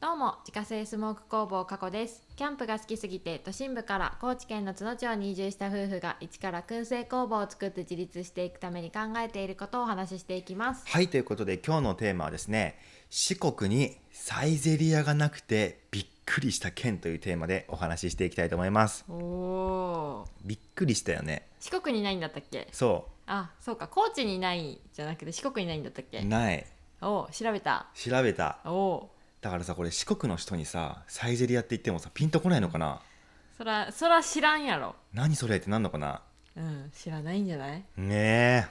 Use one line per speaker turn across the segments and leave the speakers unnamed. うも自家製スモーク工房加古ですキャンプが好きすぎて都心部から高知県の津野町に移住した夫婦が一から燻製工房を作って自立していくために考えていることをお話ししていきます
はいということで今日のテーマはですね四国にサイゼリヤがなくてびっくりした県というテーマでお話ししていきたいと思います
おお
びっくりしたよね
四国にないんだったっけ
そ
あそうか高知にないじゃなくて四国にないんだったっ
う
け
ない
おう調べた
調べた
おお
だからさこれ四国の人にさサイゼリヤって言ってもさピンとこないのかな
そらそら知らんやろ
何それってなんのかな
うん知らないんじゃない
ねえ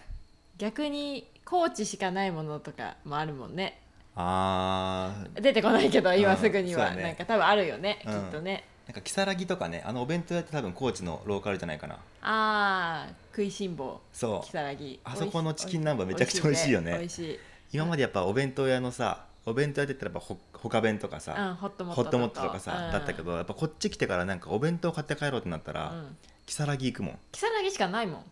逆に高知しかないものとかもあるもんね
あー
出てこないけど今すぐに
う
は、
んそうだね
なんか多分あるよね、
うん
きっとね
なんか如月とかねあのお弁当屋って多分高知のローカルじゃないかな
あー食いしん坊
そ
木
う
更木
あそこのチキン
ナ
南蛮めちゃくちゃ美味しいよね
美味しい,、
今までやっぱお弁当屋のさお弁当屋って言ったらやっぱほ他弁とかさ、
うん、ホットモッ
ホ
ト
ットモットとかさ、
うん
だったけどやっぱこっち来てからなんかお弁当買って帰ろうってなった
う
ら、
ん、
木更木行くもん
木更木しかないもん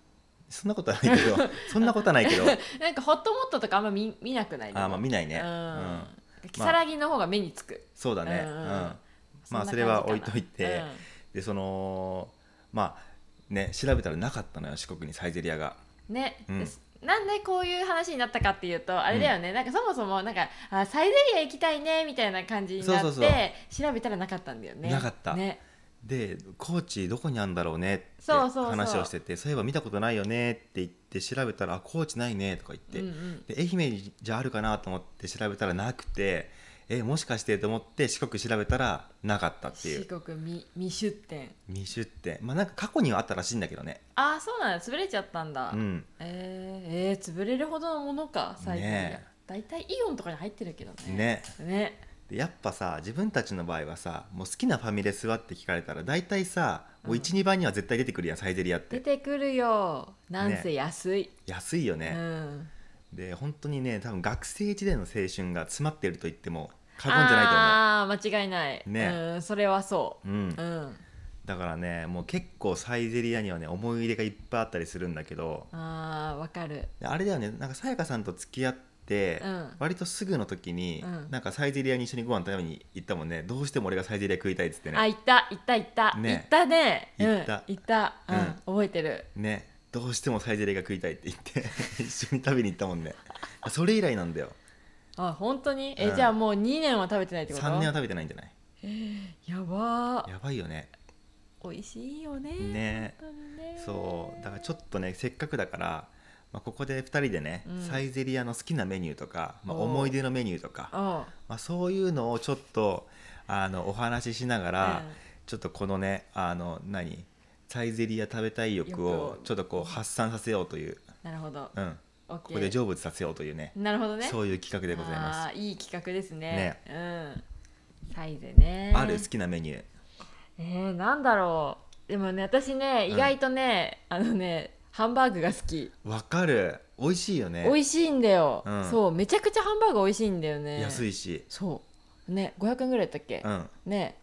そんなことはないけ どそんなことはないけど あ
なんかホットモットとかあんま見見なくない
ーまあ見ないね、
う
うんん
木更木の方が目につく、
そうだね、
う
うんん
うんんな感じ
まあ
かな
それは置いといてでそのまあね調べたらなかったのよ四国にサイゼリヤが
うんね、
うん
ですなんでこういう話になったかっていうとあれだよね、なんかそもそもなんかあサイゼリヤ行きたいねみたいな感じになって
そうそう
調べたらなかったんだよね
なかった
ね
で高知どこにあるんだろうねって
そうそうそう
話をしててそういえば見たことないよねって言って調べたらあ高知ないねとか言って、
うんうん、
で愛媛にじゃあるかなと思って調べたらなくてえもしかしてと思って四国調べたらなかったってい
四
う
国未未出店
未出店まあなんか過去にはあったらしいんだけどね
ああそうなんだ潰れちゃったんだ、
うん
えー、えー潰れるほどのものかサイゼリヤ
ねえ
大体イオンとかに入ってるけどね
ね
ね
でやっぱさ自分たちの場合はさもう好きなファミレスはって聞かれたら大体さもう
うん
12、番には絶対出てくるやんサイゼリヤっ
出て
て
くるよなんせ安い、
安いよ
う
ね、
ん
で本当にね多分学生時代の青春が詰まってると言っても過言じゃないと思う
ああー間違いない、
ね
うん、それはそ
うん
う、う、ん、
だからねもう結構サイゼリヤにはね思い入れがいっぱいあったりするんだけど
あーわかる
であれだよねなんかさやかさんと付き合っ
う
て、
ん
割とすぐの時に、
うん
なんかサイゼリヤに一緒にご飯食べに行ったもんねどうしても俺がサイゼリヤ食いたいっつって
あ
ね
行った行った行った、
ね
行ったねうん
行った
行った、うん
うん
覚えてる
ねどうしてもサイゼリヤが食いたいって言って 一緒に食べに行ったもんねそれ以来なんだよ
あ本当にえ、
うん
じゃあもう2年は食べてないってこと
3年は食べてないんじゃない
やばー
やばいよね
美味しいよね
ね
本当にね
そうだからちょっとねせっかくだから、まあ、ここで2人でね、
うん
サイゼリヤの好きなメニューとか、まあ、
おう
思い出のメニューとか
おう
まあ、そういうのをちょっとあのお話ししながら、
うん
ちょっとこのねあの何サイゼリヤ食べたい欲
欲
を
を
ちょっとこう発散させようという、
なるほど、
うん、
オッ
こ
ケ
こで
ー
成仏させようというね
なるほどね
そういう企画でございます
あーいい企画ですねうんサイゼね
ある好きなメニュー
えー、なんだろうでもね私ね
うん
意外とね、あのねハンバーグが好き、
わかる美味しいよね
美味しいんだよ、
うん
そうめちゃくちゃハンバーグ美味しいんだよね
安いし、
そうね500円ぐらいだったっけ、
うん、
ね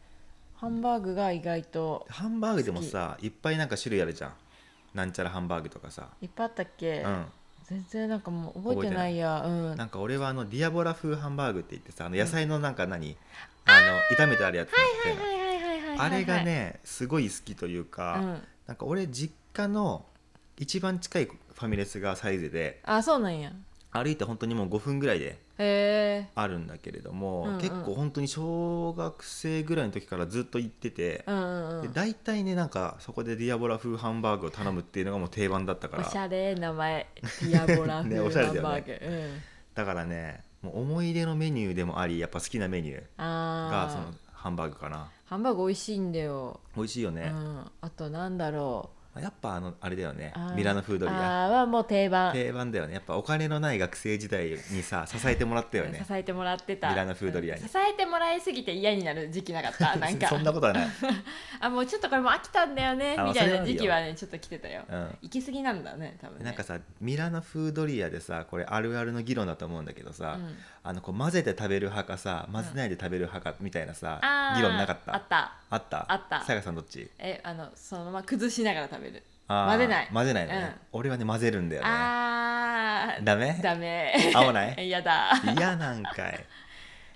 ハンバーグが意外と
ハンバーグでもさいっぱいなんか種類あるじゃんなんちゃらハンバーグとかさ、
いっぱいあったっけ、
うん、
全然なんかもう覚えてないやうん
なんか俺はあのディアボラ風ハンバーグって言ってさあの野菜のなんか何、あの炒めてあるやつみたいな
はいはいはいはいはいはい
あれがねすごい好きというか、
うん
なんか俺実家の一番近いファミレスがサイズで
あそうなんや
歩いて本当にもう5分ぐらいで
へ
あるんだけれども、
うんうん
結構本当に小学生ぐらいの時からずっと行って
え、
て
うんうんう
で
ん
大体ねなんかそこでディアボラ風ハンバーグを頼むっていうのがもう定番だったか
おし
ら
ゃれ名前ディアボラ風
ねおしゃれ
ハ
だ
ン
よね
バーグ、うん
だからねもう思い出のメニューでもありやっぱ好きなメニューがそ
あ
の
ー
ハンバーグかな
ハンバーグ美味しいんだよ、
美味しいよ
う
ね、
ん、あとなんだろ
やっぱあのあれだよね
うあー
ミラノフードリア
あーはもう定番、
定番だよねやっぱお金のない学生時代にさ支えてもらったよ ね
支えてもらってた
ミラノフードリアに
うん支えてもらいすぎて嫌になる時期なか ったなんか
そんなことはない、
あもうちょっとこれもう飽きたんだよね
あ
みたい
それ
な
はある
時
よ
期はねちょっと来てたよ、
う
行き過ぎなんだね多分
ん、
ね
なんかさミラノフードリアでさこれあるあるの議論だと思うんだけどさ、
うん
あのこう混ぜて食べる派かさ混ぜないで食べる派かみたいなさ、
あー
議論なかった
あった
あった
あった
さやかさんどっち
えあのそのまま崩しながら食べる
あー
混ぜない
混ぜないのね、俺はね混ぜるんだよね
あー
ダメ
ダメ
合わない
やだ
嫌なんかい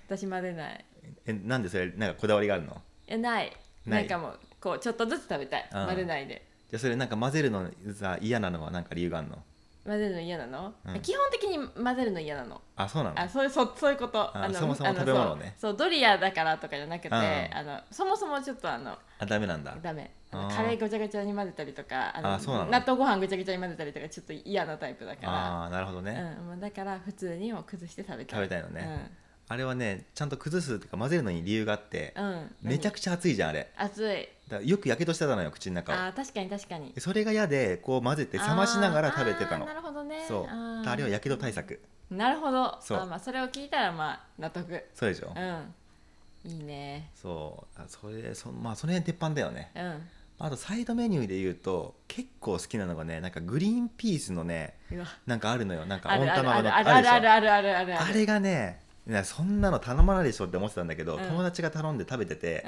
私までない
えなんでそれなんかこだわりがあるの
えない
な
ないんかもうこうちょっとずつ食べたい
あー
混ぜないで
じゃあそれなんか混ぜるのさ嫌なのはなんか理由があるの
混ぜるの嫌なの、
うん
基本的に混ぜるの嫌なの
あそうなの
あそういうそそういうこと
あ
の
そもそも
あの
食べ物ね
そうそうドリアだからとかじゃなくて、
うん
あのそもそもちょっとあの
あダメなんだ
ダメあの
あー
カレーごちゃごちゃに混ぜたりとかあの
あそうなの
納豆ご飯ごちゃごちゃに混ぜたりとかちょっと嫌なタイプだか
ああーなるほど
ら、
ね、
うん、もうだから普通にもう崩して食べたい
食べたいのね、あれはねちゃんと崩すっていうか混ぜるのに理由があって
う、ん、うん、
めちゃくちゃ熱いじゃんあれ
何熱い
だからよくやけどしてたのよ口の中を
あー確かに確かに
それが嫌でこう混ぜて冷ましながら食べてたの
あーなるほどね
そう
あー
あれはやけど対策
なるほど
そう
あまあそれを聞いたらまあ納得
そうでしょ、
うんいいね
そうあそれそまあその辺鉄板だよね
うん
あとサイドメニューで言うと結構好きなのがねなんかグリーンピースのね
うわ
なんかあるのよなんか
あ
温
るある
玉
あ
の
るあるあるある
ある
あるあるある
でしょあれがねいやそんなの頼まないでしょって思ってたんだけど、
うん
友達が頼んで食べてて、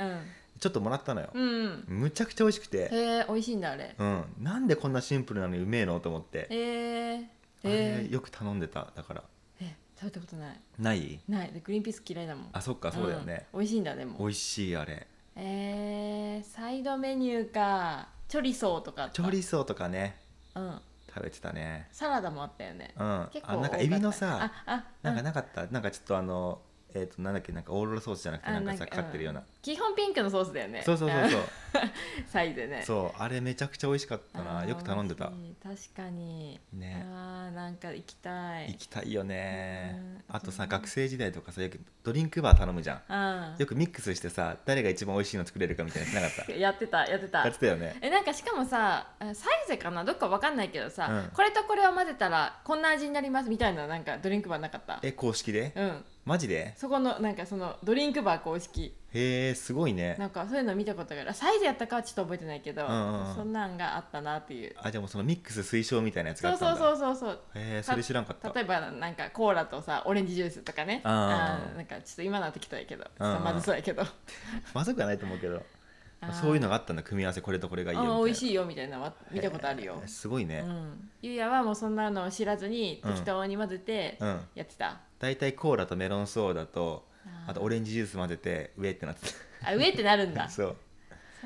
ちょっともらったのよ
う、んうん
むちゃくちゃ美味しく
へ
て、
え美味しいんだあれ
うん、なんでこんなシンプルなのにうめえのと思って、
へえ
あ
え
れよく頼んでただから
え食べたことない
ない
ないでグリーンピース嫌いだもん
あそっかそうだよね、
うん美味しいんだでも
美味しいあれ
えーサイドメニューかチョリソーとかあった
調理層とかね
うん
食べてたね
サラダもあったよね
うんあ
結構
なん
多
か
った
エビのさ
ああ
なんか
う
なかったなんかちょっとあのえっ、となんだっけなんかオーロラソースじゃなくて
あ
なんかさ
なんか
かかってるような、
基本ピンクのソースだよね
そうそうそうそう
うん サイでね
そうあれめちゃくちゃ美味しかったな
あー
よく頼んでた
美味しい確かに
ね
あーなんか行きたい
行きたいよね
うん
あと
う
さ
ん
学生時代とかさよくドリンクバー頼むじゃん
うん
よくミックスしてさ誰が一番美味しいの作れるかみたいなのしなかった
やってたやってた
やってたよね
えなんかしかもさあサイゼかなどっかわかんないけどさ、
うん
これとこれを混ぜたらこんな味になりますみたいななんかドリンクバーなかった
え公式で
うん
マジで
そこのなんかそのドリンクバー公式
へえすごいね
なんかそういうの見たことがあるあサイゼやったかはちょっと覚えてないけど、
うんうんうん
そんなんがあったなっていう
あじゃあもうそのミックス推奨みたいなやつがあ
そう
ったん
そ
だ
うそうそうそう
へえそれ知らんかった
例えばなんかコーラとさオレンジジュースとかね
うんうんうん
あーなんかちょっと今のは適当やけどち
うん
ょ
うん
っとまずそうやけど
まずくはないと思うけどそういうの
が
があったんだ組み合わせこれとこれがいいよみたい
あ
な
ー美味しいよみたいなのは見たことあるよ
へー、すごいね、
うん、ゆうやはもうそんなのを知らずに
うん
適当に混ぜて
うん
やってた、
大体コーラとメロンソーダとあとオ
俺
レンジジュース混ぜて上ってなって
あ上ってなるんだ
た
そ
そう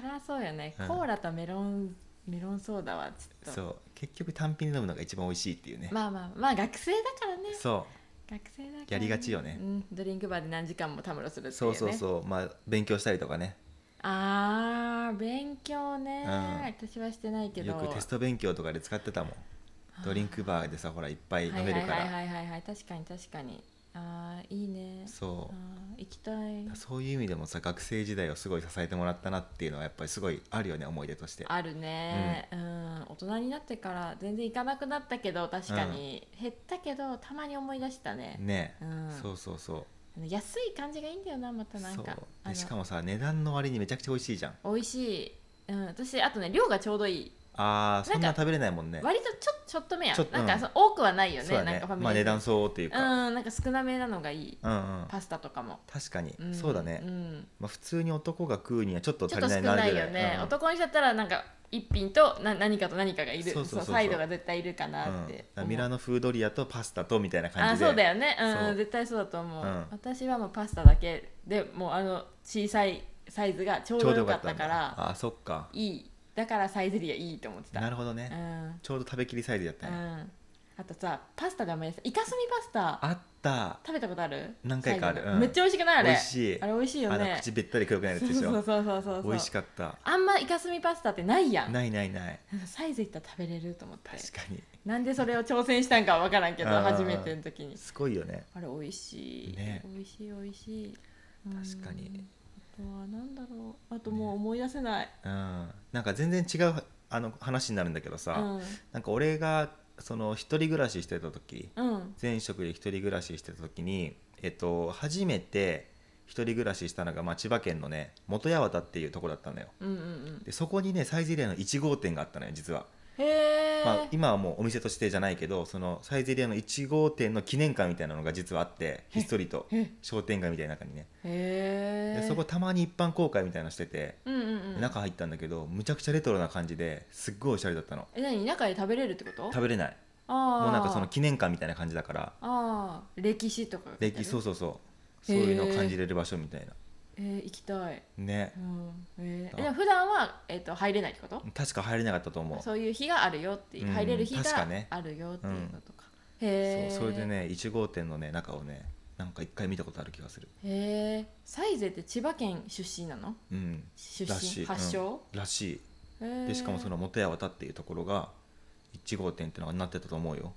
りゃ そうよね、
うん
コーラとメロンメロンソーダはちょっと
そう結局単品で飲むのが一番美味しいっていうね、
まあまあまあ学生だからね
そ
学生だからね、
やりがちよね
うん、ドリンクバーで何時間もたむろするっていううね
そうそうそうまあ勉強したりとかね
あー勉強ね、私はしてないけど
よくテスト勉強とかで使ってたもんドリンクバーでさほらいっぱい飲めるから、
はいはいはいはい、はい、確かに確かにあーいいねあ
そう
ー行きたい
そういう意味でもさ学生時代をすごい支えてもらったなっていうのはやっぱりすごいあるよね思い出として
あるね、うん大人になってから全然行かなくなったけど確かに、減ったけどたまに思い出したね
ね、
うん
そうそうそう
あの安い感じがいいんだよなまたなんか
そう
あの
でしかもさ値段の割にめちゃくちゃ美味しいじゃん
美味しい、うん、私あとね量がちょうどいい、
あーそんな
なんか
食べれないもんね
割とちょちょっと目や
ちょっと
なんか
うん
そう多くはないよね
そうだ
なん
ね
かファミリー
まあ値段相応っていうか、
うんなんか少なめなのがいい
うんうん
パスタとかも、
確かに、
ん
そうだね、
うん、
まあ、普通に男が食うにはちょっと
ち
足
ょっ
り
と
な
少
いな
ないよね、
うん
男にしちゃったらなんか一品とな何かと何かがいる
そうそうそうそう
サイドが絶対いるか
うん
なっ
だ
て
か、ら
思う
ミラノフードリアとパスタとみたいな
あ
感じで
そうだよねうん
そう
絶対そうだと思う、
うん
私はもうパスタだけでもうあの小さいサイズがちょう
ちょ
ど
うど
よか
よか
っ
った
た
ん
か
だ
ら
あそっか
いいだからサイゼリアいいと思ってた
なるほどね、
うん
ちょうど食べきりサイズやった
う
ね、
ん、あとさパスタで思い出したイカスミパスタ
あった
食べたことある
何回かある
サイゼリヤ
うん
めっちゃ美味しくないあれ
美味しい
あれ美味しいよ
あの
ね
口べったり黒くなるやつでしょ
そうそうそうそうそう
美味しかった
あんまイカスミパスタってないやん
ないないない
サイズいったら食べれると思って
確かに
なんでそれを挑戦したんかわからんけど
うんうんうん
初めての時に
すごいよね
あれ美味しい、
ね
美味しい美味しい
確かに
うんあとはなんだろうあともう思い出せない、
うんなんか全然違うあの話になるんだけど
う
さ、
ん
なんか俺がその一人暮らししてた時
うん
前職で一人暮らししてた時に、えっと、初めて一人暮らししたのが、まあ、千葉県のね元八幡っていうとこだったのよ
うんうんうん
でそこにねサイゼリアの1号店があったのよ実は、
へえ、
まあ、今はもうお店としてじゃないけどそのサイゼリアの1号店の記念館みたいなのが実はあってひっそりと
へ
商店街みたいな中にね
え
でそこたまに一般公開みたいなのしてて
うんうんうん
中入ったんだけどむちゃくちゃレトロな感じですっごいおしゃれだったの
え何中で食べれるってこと
食べれない
ああ
もうなんかその記念館みたいな感じだから
ああ歴史とか
歴そう
う
そうそうそういうのを感じれる場所みたいな
えー、行きたい、
ね
うんえー、
だ
でも普段はえっ、と入れないってこと
確か入れなかったと思うそう
そういう日があるよっていう、
うん
入れる日
確か
が
ね
あるよっていうのとか、へえ
それでね1号店のね中をねなんか一回見たことある気がする
へえサイゼって千葉県出身なの
うん
出
らし
身
い
発祥、
うんらしい
へ
で
え
しかもその元屋渡っていうところが1号店ってのがなってたと思うよ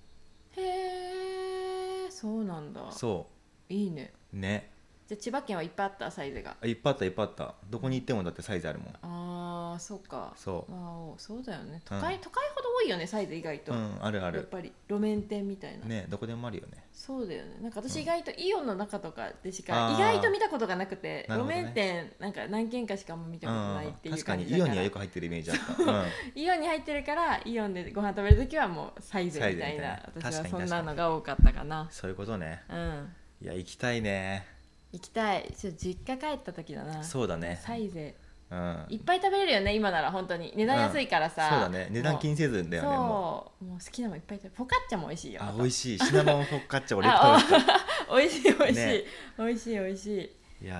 へえそうなんだ
そ
いいね
うね
じゃあ千葉県はいっぱいあったサイズが
あいっぱいあったいっぱいあったどこに行ってもだってサイズあるもん
あーそうか
そ
まあそうだよね
うん
都会、都会ほど多いよねサイズ意外
う
と、
うんあるあ
やっ
る
ぱり路面店みたいな、
ねどこでもあるよね
そうだよねなんか
う
私
ん
意外とイオンの中とかでし
あ
か
ー
意外と見たことがなくて
なる
路
ほどね
面店なんか何軒かしかも見たことないって
うん、
いう
確か
感じ
に
だ
イ
から
オンにはよく入ってるイメージあった、うん、
イオンに入ってるからイオンでご飯食べる時はもうサイズみたい
サイゼみたい
な
な
私
確
は
かに
そんなのが多かったかな
そういうことね
うん
いや行きたいね
行きたいちょっと実家帰った時だな
そうだね
サイゼ
うん
いっぱい食べれるよね今なら本当に値段安いから
そう
さ、
だね値段気
に
にせずだよねも
そうもう好きなもんいっぱい食べるフォカッチャも美味しいうよ
あ美味しいシナモンフォッカッチャ俺
あ
食べて
美味 しい美味しい、
ね
美味しい美味しい
た いや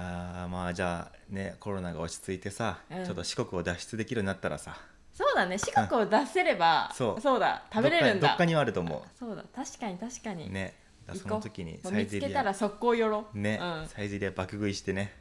ーまあじゃあねコロナが落ち着いてさ、
うん
ちょっと四国を脱出できるようになったらさ
そうだね四国を出せれば、
んそう
だ食べれるん
どっかにど
だ
っかにはあると思
そうだ確かに確か
う
に、
ねだ
行こ
そうの時に
もう
サイ
見
ゼ
つけ
リ
たら
ア
速攻寄ろう
ね、
うん
サイゼリア爆食いしてね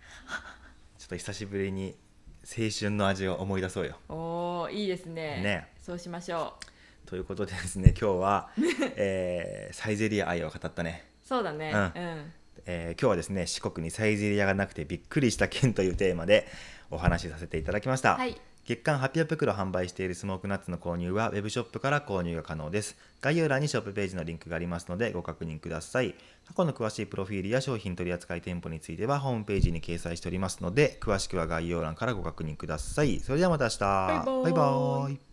ちょっと久しぶりに青春の味を思い出そうよ
おーいいですね
ね
そうしましょう
ということでですね今日 は、えーサイゼリア愛を語ったね
そうだね
う
うん、
えー今日はですね四国にサイゼリヤがなくてびっくりした件というテーマでお話しさせていただきました、
はい
月間800袋販売しているスモークナッツの購入はウェブショップから購入が可能です概要欄にショップページのリンクがありますのでご確認ください過去の詳しいプロフィールや商品取扱店舗についてはホームページに掲載しておりますので詳しくは概要欄からご確認くださいそれではまた明日
バイバーイ
バイバーイ